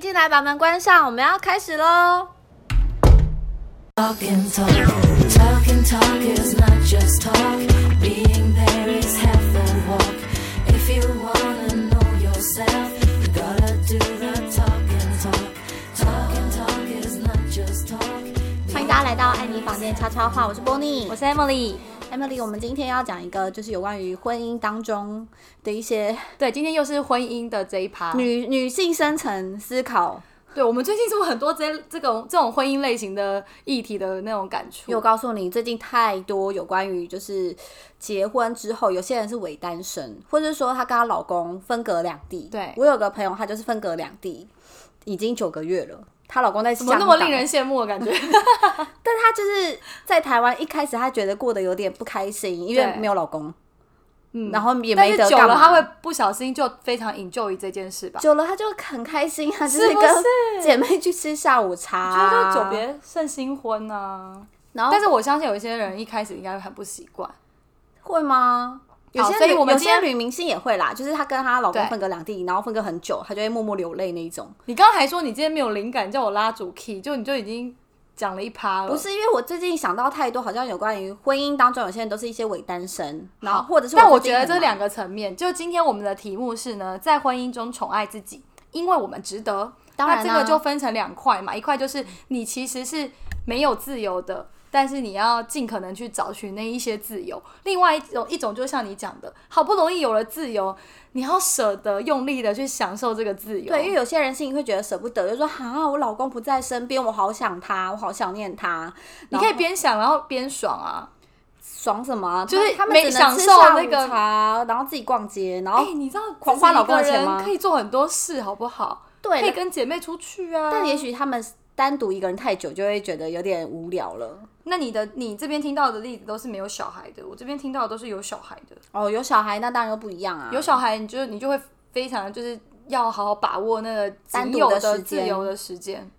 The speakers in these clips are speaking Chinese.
进来，把门关上，我们要开始喽。 Talking, talk, talking, talk is not just talk. Being there is half the walk. If you wanna know yourself, you gotta do the talking, talk. Talking, talk is not just talk. 欢迎大家来到爱你房间悄悄话，我是 Bonnie，我是 Emily。Emily，我们今天要讲一个，就是有关于婚姻当中的一些对，今天又是婚姻的这一趴。女女性深层思考。对，我们最近是不是很多这这种这种婚姻类型的议题的那种感触？因为我告诉你，最近太多有关于就是结婚之后，有些人是伪单身，或者是说她跟她老公分隔两地。对我有个朋友，她就是分隔两地，已经九个月了。她老公在怎香港，么那么令人羡慕的感觉？但她就是在台湾一开始，她觉得过得有点不开心，因为对没有老公，嗯然后也但没是得久干了，嘛。他会不小心就非常 enjoy 这件事吧？久了，她就很开心啊，就是是不跟是姐妹去吃下午茶就啊，是久别胜新婚啊。然后但是我相信有一些人一开始应该很不习惯。会吗？有好些所以女我们有今些天女明星也会啦，就是她跟她老公对分隔两地，然后分隔很久，她就会默默流泪那一种。你刚刚还说你今天没有灵感，叫我拉主 key，就你就已经讲了一趴了。不，是因为我最近想到太多，好像有关于婚姻当中，有些人都是一些伪单身，然后或者是但我最觉近得很这忙两个层面，就今天我们的题目是呢，在婚姻中宠爱自己，因为我们值得。当然啊那这个就分成两块嘛，一块就是你其实是没有自由的，但是你要尽可能去找寻那一些自由。另外一种一种就像你讲的，好不容易有了自由，你要舍得用力的去享受这个自由。对，因为有些人心里会觉得舍不得，就说哈，我老公不在身边，我好想他，我好想念他。你可以然后边想然后边爽啊。爽什么啊？就是他他们没只能享吃受下午那个茶，然后自己逛街，然哎、后你知道狂自己花一老个公的钱人吗可以做很多事，好不好？对可以了跟姐妹出去啊。但也许他们单独一个人太久，就会觉得有点无聊了。那你的你这边听到的例子都是没有小孩的，我这边听到的都是有小孩的。哦，有小孩那当然又不一样啊。有小孩，你就你就会非常就是要好好把握那个单独仅有的的时自间由的时间。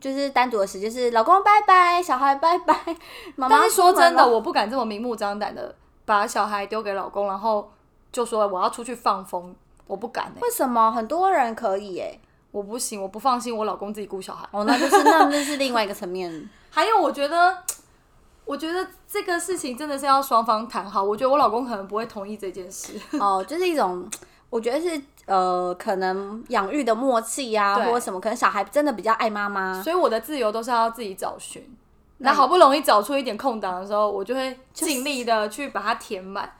就是单独的时间是老公拜拜，小孩拜拜， 妈妈但是说出门真的，了我不敢这么明目张胆的把小孩丢给老公，然后就说我要出去放风，我不敢哎、为什么很多人可以耶、我不行，我不放心我老公自己顾小孩。哦，那就是那那是另外一个层面。还有，我觉得，我觉得这个事情真的是要双方谈好。我觉得我老公可能不会同意这件事。 哦，就是一种，我觉得是呃，可能养育的默契呀、对或者什么，可能小孩真的比较爱妈妈，所以我的自由都是要自己找寻。啊那那你好不容易找出一点空档的时候，我就会尽力的去把它填满。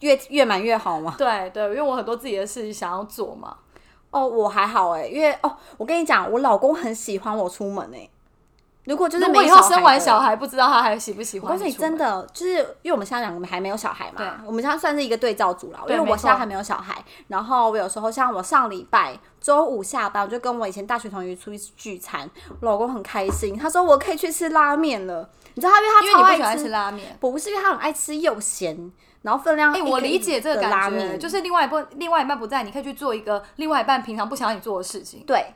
越越满越好嘛。对对，因为我很多自己的事情想要做嘛。哦，我还好哎、因为哦，我跟你讲，我老公很喜欢我出门哎、如果就是如没果以后小孩生完的小孩，不知道他还喜不喜我欢告诉你，出门真，的就是因为我们现在两个还没有小孩对嘛，我们现在算是一个对照组啦。因对为我没错现在还没有小孩，然后我有时候像我上礼拜周五下班，我就跟我以前大学同学出去聚餐，我老公很开心，他说我可以去吃拉面了。你知道他因为因他超为你不爱喜欢吃拉面。不是因为他很爱吃又咸，然后分量哎、一我个理解这的个拉感觉，面，就是另外一半另外一半不在，你可以去做一个另外一半平常不想让你做的事情。对。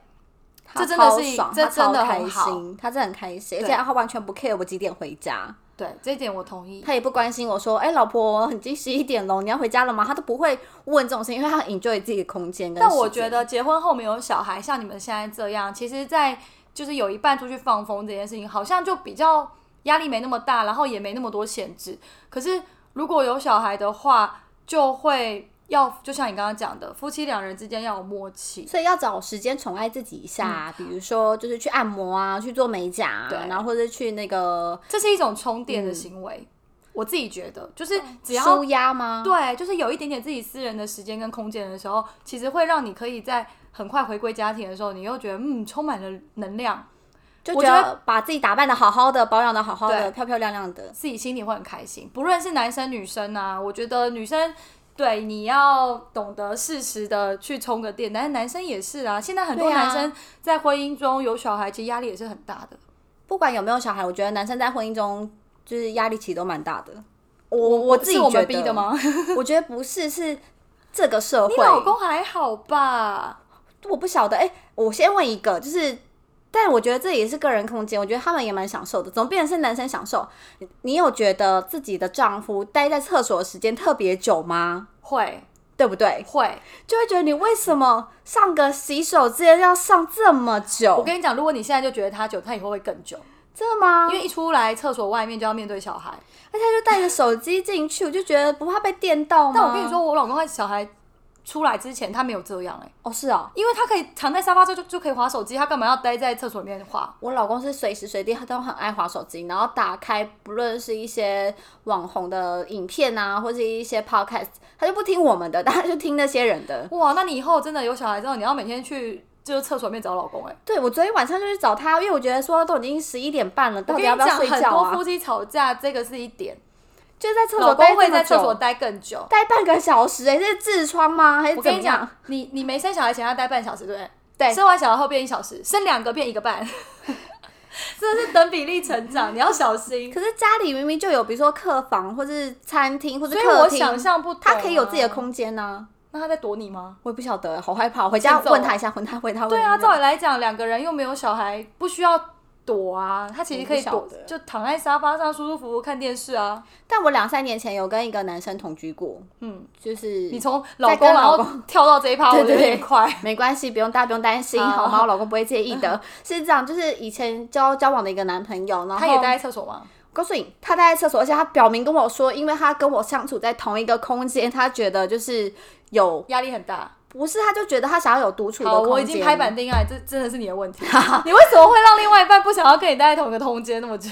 他这真的超是爽这他超真的开很好心，他真的很开心，而且对他完全不 care 我几点回家。对，这一点我同意。他也不关心我说，哎、老婆，已经十一点了，你要回家了吗？他都不会问这种事情，因为他很 enjoy 自己的空间跟时间。但我觉得结婚后没有小孩，像你们现在这样，其实，在就是有一半出去放风这件事情，好像就比较压力没那么大，然后也没那么多限制。可是如果有小孩的话，就会要就像你刚刚讲的，夫妻两人之间要有默契。所以要找时间宠爱自己一下、啊比如说就是去按摩啊，去做美甲、啊，对然后或者去那个这是一种充电的行为，我自己觉得，就是只要舒压吗？，对，就是有一点点自己私人的时间跟空间的时候，其实会让你可以在很快回归家庭的时候，你又觉得嗯，充满了能量，就我觉觉得把自己打扮的好好的，保养的好好的，对漂漂亮亮的。自己心里会很开心。不论是男生女生啊，我觉得女生对你要懂得适时的去充个电，但是男生也是啊。现在很多对啊男生在婚姻中有小孩，其实压力也是很大的。不管有没有小孩，我觉得男生在婚姻中就是压力其实都蛮大的。我我自己是我觉得们逼 的？吗？我觉得不是，是这个社会。你老公还好吧？我不晓得，哎、我先问一个，就是，但我觉得这也是个人空间，我觉得他们也蛮享受的，怎么变成是男生享受？你你有觉得自己的丈夫待在厕所的时间特别久吗？会，对不对？会，就会觉得你为什么上个洗手间要上这么久？我跟你讲，如果你现在就觉得他久，他以后会更久，真的吗？因为一出来厕所外面就要面对小孩。而且他就带着手机进去，我就觉得不怕被电到吗？但我跟你说，，我老公他小孩出来之前，他没有这样哎、哦是哦，因为他可以躺在沙发上就就可以划手机，他干嘛要待在厕所里面划？我老公是随时随地他都很爱划手机，然后打开不论是一些网红的影片啊，或是一些 podcast，他就不听我们的，但他就听那些人的。哇，那你以后真的有小孩之后，你要每天去就是厕所里面找老公哎、对我昨天晚上就去找他，因为我觉得说都已经十一点半了，我到跟底你要不要讲，睡很觉多啊夫？妻吵架这个是一点，就在厕所老待公这会么在厕所久，待更久。待半个小时、欸，是痔疮吗？还是我怎跟么你讲样？，你你没生小孩前要待半小时，对不对？对生完小孩后变一小时，生两个变一个 半，真的是等比例成长，你要小心。可是家里明明就有，比如说客房或是餐厅或者所以客我厅，想象不懂、他可以有自己的，空间呐、那他在躲你吗？我也不晓得、好害怕，我回家欠揍问哦他一下，问他问他问对啊，他照理来讲，两个人又没有小孩，不需要躲啊，他其实可以我躲不晓得，就躺在沙发上舒舒服服看电视啊。但我两三年前有跟一个男生同居过，嗯，就是你你从老在跟公然老后公跳到这一趴，我对觉得有对对点快。没关系，不用大家不用担心，好好吗？我老公不会介意 的。是这样，就是以前交交往的一个男朋友，然后他也待在厕所吗？告诉你，他待在厕所，而且他表明跟我说，因为他跟我相处在同一个空间，他觉得就是有压力很大。不是，他就觉得他想要有独处的好，空间。我已经拍板定案，这真的是你的问题。你为什么会让另外一半不想要跟你待在同一个空间那么久？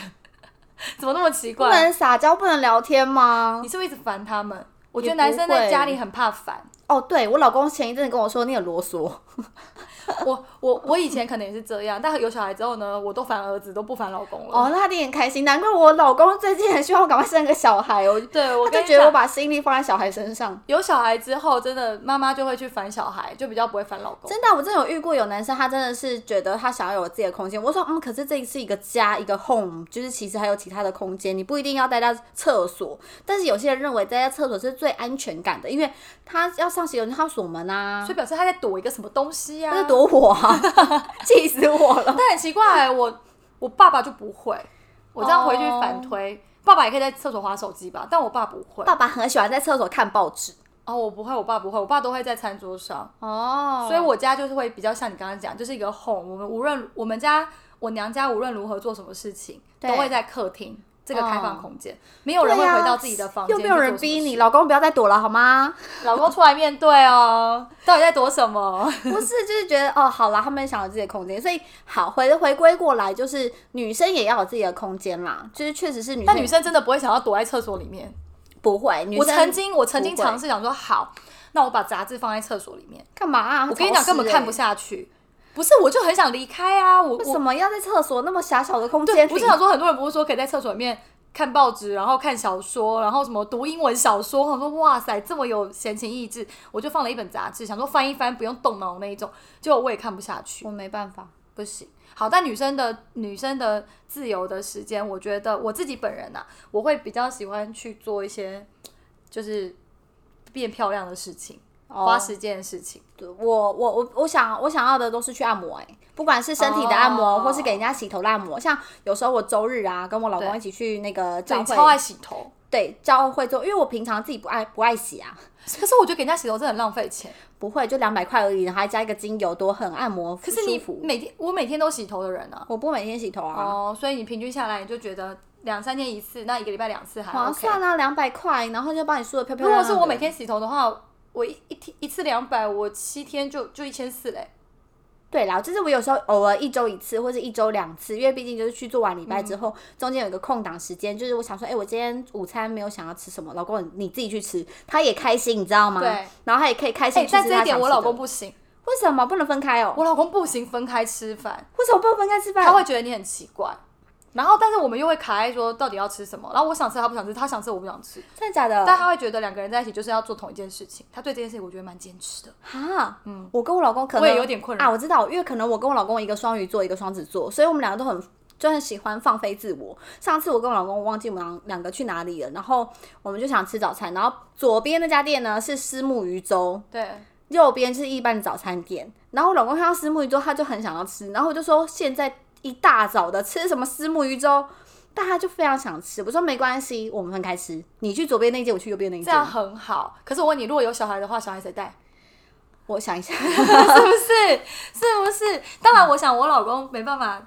怎么那么奇不怪？能撒娇，不能聊天吗你？是不是一直烦他们？我觉得也不男生在会家里很怕烦。哦，对我老公前一阵子跟我说你很啰嗦，我我我以前可能也是这样，但有小孩之后呢，我都烦儿子，都不烦老公了。哦，那他一定很开心，难怪我老公最近很希望我赶快生个小孩，我对，我他跟就你觉得讲我把心力放在小孩身上。有小孩之后，真的妈妈就会去烦小孩，就比较不会烦老公。真的啊，我真的有遇过有男生，他真的是觉得他想要有自己的空间。我说，嗯，可是这是一个家，一个 home，就是其实还有其他的空间，你不一定要待在厕所。但是有些人认为待在厕所是最安全感的，因为他要上洗手间，他要锁门啊所以，表示他在躲一个什么东西呀、他啊？就。躲我啊， 气死我了。但很奇怪、嗯我我爸爸就不会，我这样回去反哦推。爸爸也可以在厕所划手机吧，但我爸不会。爸爸很喜欢在厕所看报纸哦，我不会，我爸不会，我爸都会在餐桌上。哦所以我家就是会比较像你刚刚讲，就是一个 home。我们无论我们家我娘家无论如何做什么事情，对都会在客厅这个开放哦空间，没有人会对啊回到自己的房间又去没做什有么事。人逼你，老公不要再躲了好吗？老公出来面对 哦，到底在躲什么？不是，就是觉得哦，好啦，他们想有自己的空间，所以好回回归过来，就是女生也要有自己的空间啦。就是确实是女但生，女生真的不会想要躲在厕所里面。不会，女我生曾经，我曾经不会尝试想说，好，那我把杂志放在厕所里面。干嘛啊、我跟你潮讲，湿根本看欸不。下去。不是，我就很想离开啊！我为什我么要在厕所那么狭小的空间对，里？不是想说，很多人不是说可以在厕所里面看报纸，然后看小说，然后什么读英文小说。我说哇塞，这么有闲情逸致，我就放了一本杂志，想说翻一翻，不用动脑那一种。结果我也看不下去我。没办法。不行。好，但女生的女生的自由的时间，我觉得我自己本人呐、我会比较喜欢去做一些就是变漂亮的事情，哦花时间的事情。对我我我我想我想要的都是去按摩、哎，不管是身体的按摩哦或是给人家洗头的按摩。像有时候我周日啊，跟我老公对一起去那个对，教你会，超爱洗头，对教会做，因为我平常自己不爱不爱洗啊，可是我觉得给人家洗头真的很浪费钱。不会就两百块而已，然后还加一个精油，多很按摩，可是你舒服。每天我每天都洗头的人啊，我不每天洗头啊，哦，所以你平均下来你就觉得两三天一次，那一个礼拜两次还 OK。划算啊，两百块，然后就帮你梳的漂漂如亮果亮的。是我每天洗头的话，我一一天一次两百，我七天就就一千四嘞。对啦，就是我有时候偶尔一周一次，或者一周两次，因为毕竟就是去做完礼拜嗯之后，中间有一个空档时间，就是我想说，哎、我今天午餐没有想要吃什么，老公你自己去吃，他也开心，你知道吗？对，然后他也可以开哎、心去吃在他这一点想我吃的老公不行，为什么不能分开哦？我老公不行分开吃饭，为什么不能分开吃饭？他会觉得你很奇怪。然后，但是我们又会卡在说到底要吃什么，然后我想吃他不想吃，他想吃我不想吃，真的假的？但他会觉得两个人在一起就是要做同一件事情，他对这件事情我觉得蛮坚持的。哈，嗯，我跟我老公可能我也有点困扰啊，我知道，因为可能我跟我老公一个双鱼座，一个双子座，所以我们两个都很就很喜欢放飞自我。上次我跟我老公忘记我们两两个去哪里了，然后我们就想吃早餐，然后左边那家店呢是虱目鱼粥，对，右边是一般的早餐店。然后我老公看到虱目鱼粥，他就很想要吃，然后我就说现在一大早的吃什么虱目鱼粥。但他就非常想吃。我说没关系，我们分开吃，你去左边那一间，我去右边那一这间。样很好。可是我问你，如果有小孩的话，小孩谁带？我想一 下，是 不是？是不是？当然，我想我老公没办法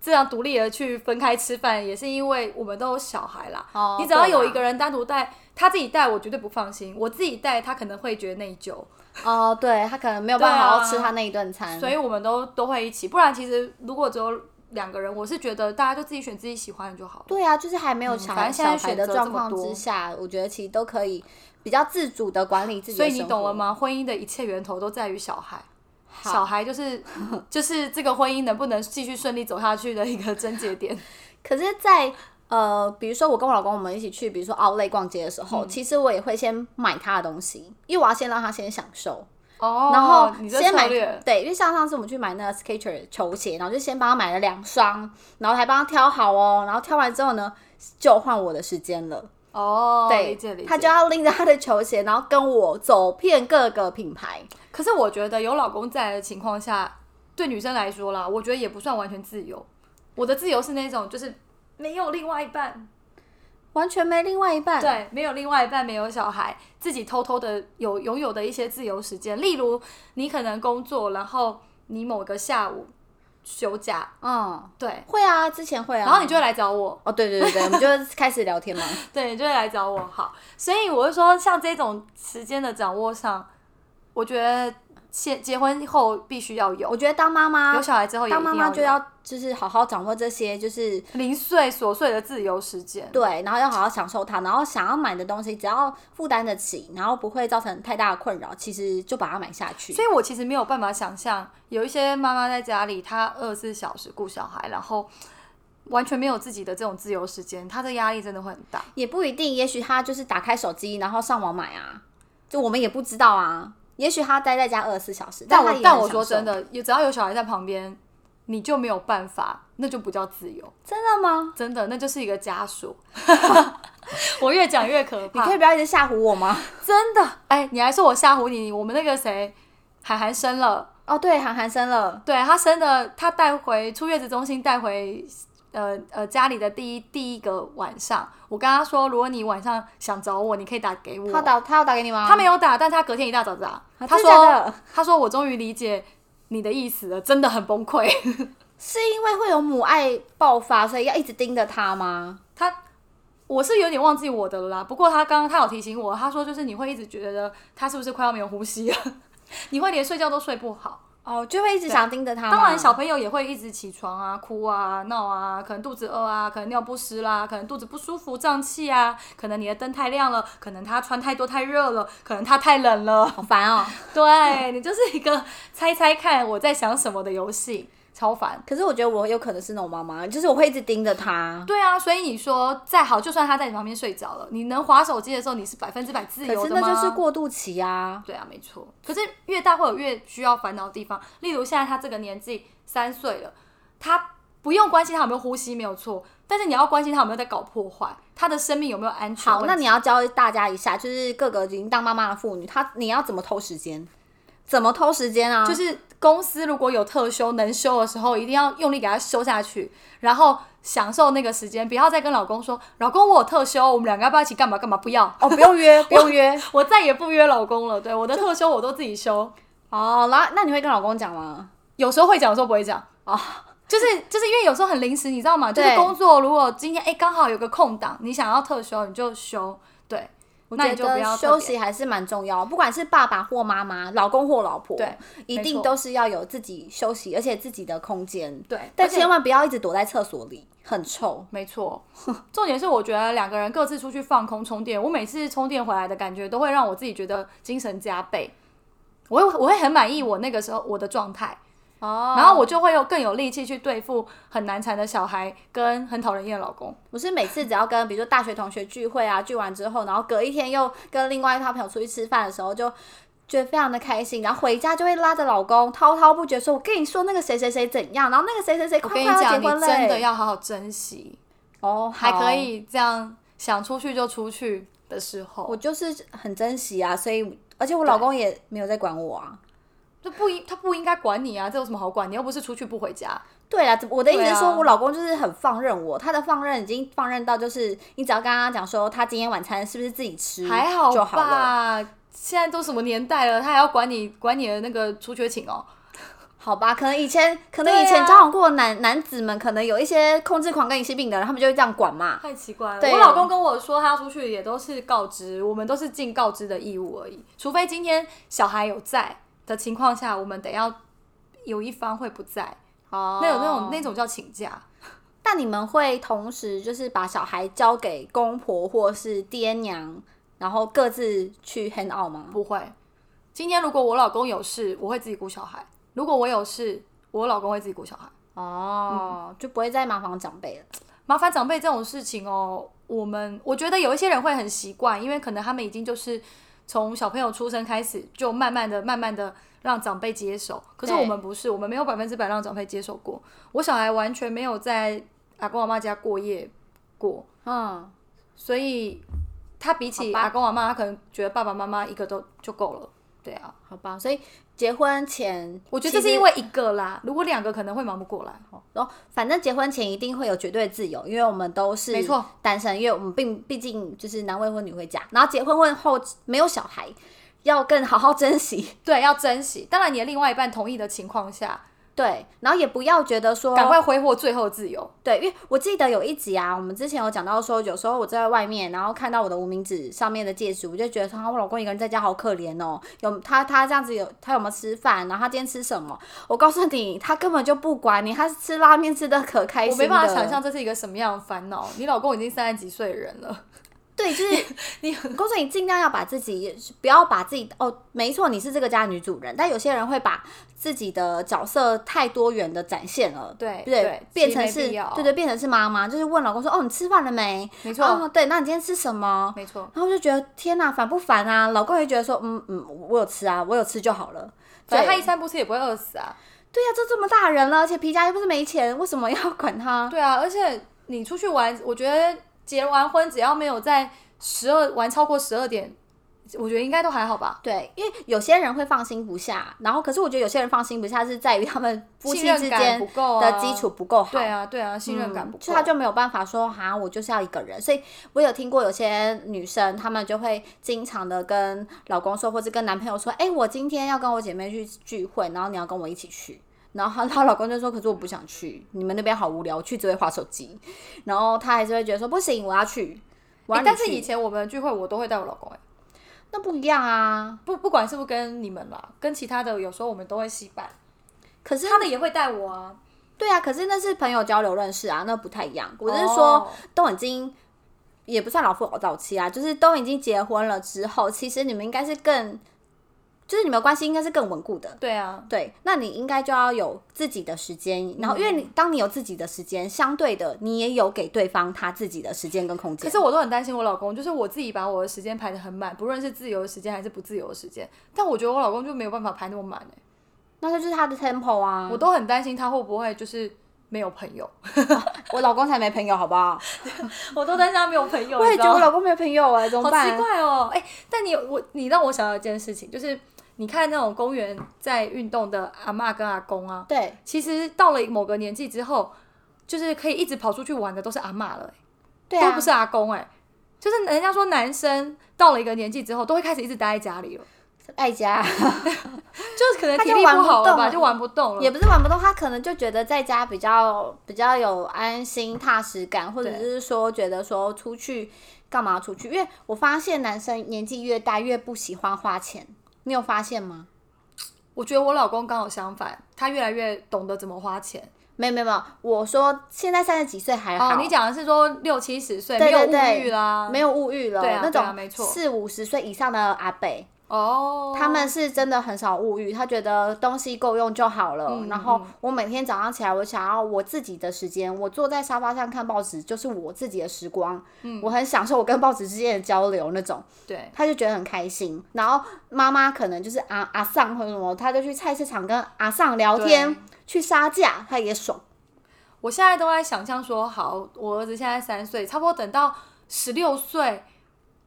这样独立的去分开吃饭，也是因为我们都有小孩啦。啊哦你只要对啦有一个人单独带，他自己带我绝对不放心，我自己带他可能会觉得内疚，哦，对他可能没有办法好好吃对啊他那一顿餐，所以我们都都会一起。不然其实如果只有两个人，我是觉得大家就自己选自己喜欢的就好了。对啊，就是还没有小嗯反孩、正现在小孩选的择状这么况多之下，我觉得其实都可以比较自主的管理自己所的以生活。你懂了？吗？婚姻的一切源头都在于小孩。好小孩就是 就是这个婚姻能不能继续顺利走下去的一个症结点。可是在，呃，比如说我跟我老公我们一起去，比如说奥莱逛街的时嗯候，其实我也会先买他的东西，因为我要先让他先享受，哦，然后你这先策买略对，因为像上次我们去买那个 Skechers 球鞋，然后就先帮他买了两双，然后还帮他挑好哦，然后挑完之后呢，就换我的时间了。哦，对理解理，解。他就要拎着他的球鞋，然后跟我走遍各个品牌。可是我觉得有老公在的情况下，对女生来说啦，我觉得也不算完全自由。我的自由是那种就是没有另外一半，完全没另外一半，对，没有另外一半，没有小孩，自己偷偷的有拥有的一些自由时间，例如你可能工作，然后你某个下午休假，嗯，对，会啊，之前会啊，然后你就会来找我，哦，对对对 对，我们就会开始聊天嘛。对，你就会来找我。好，所以我就说，像这种时间的掌握上，我觉得结结婚后必须要有我，觉得当妈妈有，小孩之后也一当定妈妈有就要就是好好掌握这些，就是零碎琐碎的自由时间。对，然后要好好享受它，然后想要买的东西只要负担得起，然后不会造成太大的困扰，其实就把它买下去所。以我其实没有办法想象，有一些妈妈在家里，她二十四小时顾小孩，然后完全没有自己的这种自由时间，她的压力真的会很大。也不一定，也许他就是打开手机，然后上网买啊，就我们也不知道啊。也许他待在家二十四小时，但他我也但很我说享真受，的，有只要有小孩在旁边，你就没有办法，那就不叫自由，真的吗？真的，那就是一个 枷锁。我越讲越可你怕可以，不要一直吓唬我吗？真的。哎，你还说我吓唬你，我们那个谁，海涵生了。 哦，对，韩寒生了，对他生的，他带回出月子中心带回呃呃家里的第一第一个晚上，我跟他说，如果你晚上想找我，你可以打给我。他打他要打给你吗？他没有打，但他隔天一大早打。啊他真的假说的他说我终于理解你的意思了，真的很崩溃。是因为会有母爱爆发，所以要一直盯着他吗？他我是有点忘记我的了啦，不过他刚刚他有提醒我，他说就是你会一直觉得他是不是快要没有呼吸了，你会连睡觉都睡不好。哦，就会一直想盯着他吗。当然，小朋友也会一直起床啊、哭啊、闹啊，可能肚子饿啊，可能尿不湿啦，可能肚子不舒服、胀气啊，可能你的灯太亮了，可能他穿太多太热了，可能他太冷了。 好烦哦。对你就是一个 猜猜看我在想什么的游戏，超烦。可是我觉得我有可能是那种妈妈，就是我会一直盯着他。对啊，所以你说再好，就算他在你旁边睡着了，你能划手机的时候，你是百分之百自可由是的那吗？就是过渡期啊。对啊，没错。可是越大会有越需要烦恼的地方，例如现在他这个年纪三岁了，他不用关心他有没有呼吸，没有错，但是你要关心他有没有在搞破坏，他的生命有没有安全问好，题。那你要教大家一下，就是各个已经当妈妈的妇女，她你要怎么偷时间？怎么偷时间啊？就是公司如果有特休能休的时候，一定要用力给他休下去，然后享受那个时间，不要再跟老公说，老公我有特休，我们两个要不要一起干嘛干嘛？不要，哦，不用约，不用约。我再也不约老公了。对，我的特休我都自己休， 哦，然后那你会跟老公讲吗？有时候会讲，有时候不会讲。哦， 就是就是因为有时候很临时，你知道吗？就是对工作如果今天哎刚、好有个空档，你想要特休你就休，对，那你就不要我觉得特别休息还是蛮重要，不管是爸爸或妈妈、老公或老婆，对，一没定错都是要有自己休息，而且自己的空间。对，但而且千万不要一直躲在厕所里，很臭。没错， 重点是我觉得两个人各自出去放空充电，我每次充电回来的感觉都会让我自己觉得精神加倍，我会我会很满意我那个时候我的状态，哦然后我就会有更有力气去对付很难缠的小孩跟很讨人厌的老公。我是每次只要跟比如说大学同学聚会啊，聚完之后，然后隔一天又跟另外一套朋友出去吃饭的时候，就觉得非常的开心，然后回家就会拉着老公滔滔不绝说：“我跟你说那个谁谁谁怎样，然后那个谁谁谁我快跟快你要结讲，你婚了、真的要好好珍惜，哦，还好可。以这样想出去就出去的时候，我就是很珍惜啊，所以而且我老公也没有在管我啊。这不应他不应该管你啊，这有什么好管？你又不是出去不回家，对啦，我的意思是对说，啊我老公就是很放任我，他的放任已经放任到就是，你只要跟他讲说他今天晚餐是不是自己吃，还好就好了。吧。现在都什么年代了，他还要管你管你的那个出缺勤哦？好吧，可能以前可能对啊以前交往过的男、男子们，可能有一些控制狂跟疑心病的人，他们就会这样管嘛。太奇怪了。对我老公跟我说，他出去也都是告知，我们都是尽告知的义务而已。除非今天小孩有在的情况下，我们得要有一方会不在，哦那有那种那。种叫请假。但你们会同时就是把小孩交给公婆或是爹娘，然后各自去 hand out 吗？不会。今天如果我老公有事，我会自己顾小孩；如果我有事，我老公会自己顾小孩。哦，就不会再麻烦长辈了。麻烦长辈这种事情哦，我们我觉得有一些人会很习惯，因为可能他们已经就是从小朋友出生开始，就慢慢的、慢慢的让长辈接手。可是对我们不是，我们没有百分之百让长辈接手过。我小孩完全没有在阿公阿妈家过夜过，嗯，所以他比起好吧阿公阿妈，他可能觉得爸爸妈妈一个都就够了。对啊，好吧，所以结婚前，我觉得这其是实因为一个啦，如果两个可能会忙不过来。然后反正结婚前一定会有绝对自由，因为我们都是没错单身，因为我们并毕竟就是男未婚女未嫁，然后结婚婚后没有小孩，要更好好珍惜。对，要珍惜。当然，你的另外一半同意的情况下，对，然后也不要觉得说赶快挥霍最后的自由。对，因为我记得有一集啊，我们之前有讲到说，有时候我在外面，然后看到我的无名指上面的戒指，我就觉得说，啊我老公一个人在家好可怜哦。有他他这样子有他有没有吃饭，然后他今天吃什么？我告诉你，他根本就不管你，他是吃拉面吃的可开我心没办的法想象。这是一个什么样的烦恼。你老公已经三十几岁的人了，对，就是 你我告诉你，尽量要把自己不要把自己哦，没错，你是这个家的女主人，但有些人会把自己的角色太多元的展现了。对对，变成是，对对对，对，变成是妈妈，就是问老公说，哦，你吃饭了没？没错、哦，对，那你今天吃什么？没错。然后就觉得天哪，烦不烦啊？老公也觉得说，嗯嗯，我有吃啊，我有吃就好了。反正他对啊一餐不吃也不会饿死啊。对呀、这这么大人了，而且皮夹又不是没钱，为什么要管他？对啊，而且你出去玩，我觉得结完婚只要没有在十二玩超过十二点，我觉得应该都还好吧。对，因为有些人会放心不下，然后可是我觉得有些人放心不下是在于他们夫妻信任之感间不够啊的基础不够好。对啊，对啊，信任感嗯不够，所以他就没有办法说哈，我就是要一个人。所以我有听过有些女生，她们就会经常的跟老公说，或者跟男朋友说，哎、我今天要跟我姐妹去聚会，然后你要跟我一起去。然后她她老公就说，可是我不想去，你们那边好无聊，我去只会划手机。然后她还是会觉得说，不行，我要去。我诶要你但是去以前我们聚会我都会带我老公、欸，那不一样啊。不不管是不是跟你们啦，跟其他的有时候我们都会戏伴，可是他的也会带我啊。对啊，可是那是朋友交流认识啊，那不太一样。我是说哦都已经也不算老夫老妻啊，就是都已经结婚了之后，其实你们应该是更，就是你们的关系应该是更稳固的。对啊，对，那你应该就要有自己的时间，然后因为你当你有自己的时间，相对的你也有给对方他自己的时间跟空间。可是我都很担心我老公，就是我自己把我的时间排得很满，不论是自由的时间还是不自由的时间，但我觉得我老公就没有办法排那么满、欸那这就是他的 tempo 啊，我都很担心他会不会就是没有朋友，我老公才没朋友，好不好？ 我都担心他没有朋友，我也你知觉得道吗我老公没有朋友哎、怎么好办？奇怪哦，哎、但你我你让我想到一件事情，就是你看那种公园在运动的阿嬷跟阿公啊，对，其实到了某个年纪之后，就是可以一直跑出去玩的都是阿嬷了、对都啊，不是阿公哎、就是人家说男生到了一个年纪之后，都会开始一直待在家里了，爱家。就是可能他体就力玩不好了动吧，了就玩不动了。也不是玩不动，他可能就觉得在家比较比较有安心踏实感，或者对是说觉得说出去干嘛出去？因为我发现男生年纪越大越不喜欢花钱，你有发现吗？我觉得我老公刚好相反，他越来越懂得怎么花钱。没有没有没有，我说现在三十几岁还好，哦，你讲的是说六七十岁对没有对物对欲啦，没有物欲了，对啊那对啊种没错四五十岁以上的阿伯，哦，他们是真的很少物欲，他觉得东西够用就好了。嗯然后我每天早上起来，我想要我自己的时间，我坐在沙发上看报纸，就是我自己的时光。我很享受我跟报纸之间的交流那种，嗯对他就觉得很开心。然后妈妈可能就是阿阿尚或者什么，他就去菜市场跟阿尚聊天对，去杀价，他也爽。我现在都在想象说，好，我儿子现在三岁，差不多等到十六岁，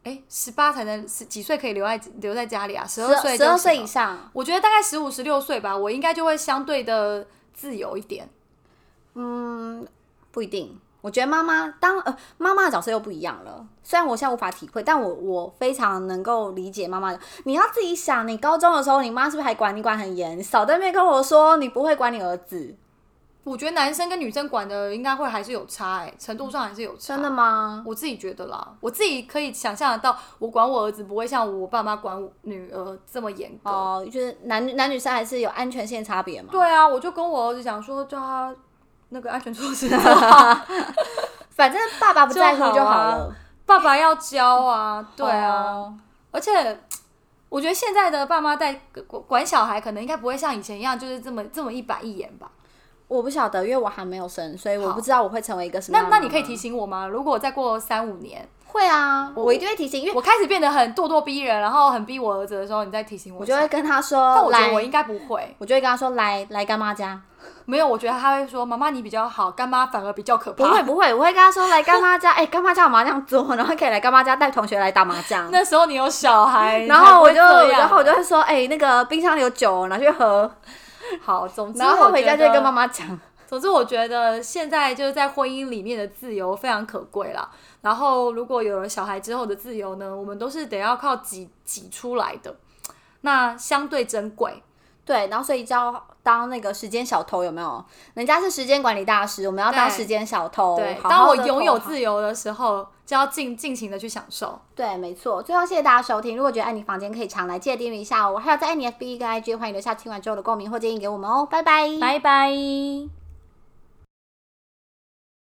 哎，十八才能十几岁可以留在留在家里啊，十二岁十二岁以上。上，我觉得大概十五、十六岁吧，我应该就会相对的自由一点。不一定。我觉得妈妈当呃妈妈的角色又不一样了。虽然我现在无法体会，但我我非常能够理解妈妈的。你要自己想，你高中的时候，你妈是不是还管你管很严？你少在那边跟我说你不会管你儿子，我觉得男生跟女生管的应该会还是有差、欸，程度上还是有差。真的吗？我自己觉得啦，我自己可以想象得到，我管我儿子不会像我爸妈管我女儿这么严格。哦、就是男女男女生还是有安全线差别嘛。对啊，我就跟我儿子讲说，叫他那个安全措施做啊 好，反正爸爸不在乎就就好好啊了。爸爸要教啊，对啊。哦，而且我觉得现在的爸妈带管管小孩，可能应该不会像以前一样，就是这么这么一板一眼吧。我不晓得，因为我还没有生，所以我好不知道我会成为一个什么那样的那妈你可以提妈醒我吗？如果再过三五年，会啊，我一定会提醒，因为我开始变得很咄咄逼人，然后很逼我儿子的时候，你再提醒我我一下。就会跟他说，但我觉来，得我应该不会，我就会跟他说，来来干妈家，没有，我觉得他会说妈妈你比较好，干妈反而比较可不怕。会不会，我会跟他说来干妈家，哎、 干妈家有麻将桌，然后可以来干妈家带同学来打麻将。那时候你有小孩， 然后我就，你才不会这样然后我就会说，哎、那个冰箱里有酒，拿去喝。好，总之然后我回家觉就会得跟妈妈讲，总之，我觉得现在就是在婚姻里面的自由非常可贵啦。然后，如果有了小孩之后的自由呢，我们都是得要靠挤挤出来的，那相对珍贵。 对，然后所以就要当那个时间小偷，有没有？人家是时间管理大师，我们要当对时间小偷。对，好当好我地拥有偷好自由的时候，就要尽尽情的去享受。对，没错。最后谢谢大家收听，如果觉得爱你房间可以常来，记得订阅一下哦。我还有在爱你 FB 跟 IG，欢迎留下听完之后的共鸣或建议给我们哦。拜拜，拜拜。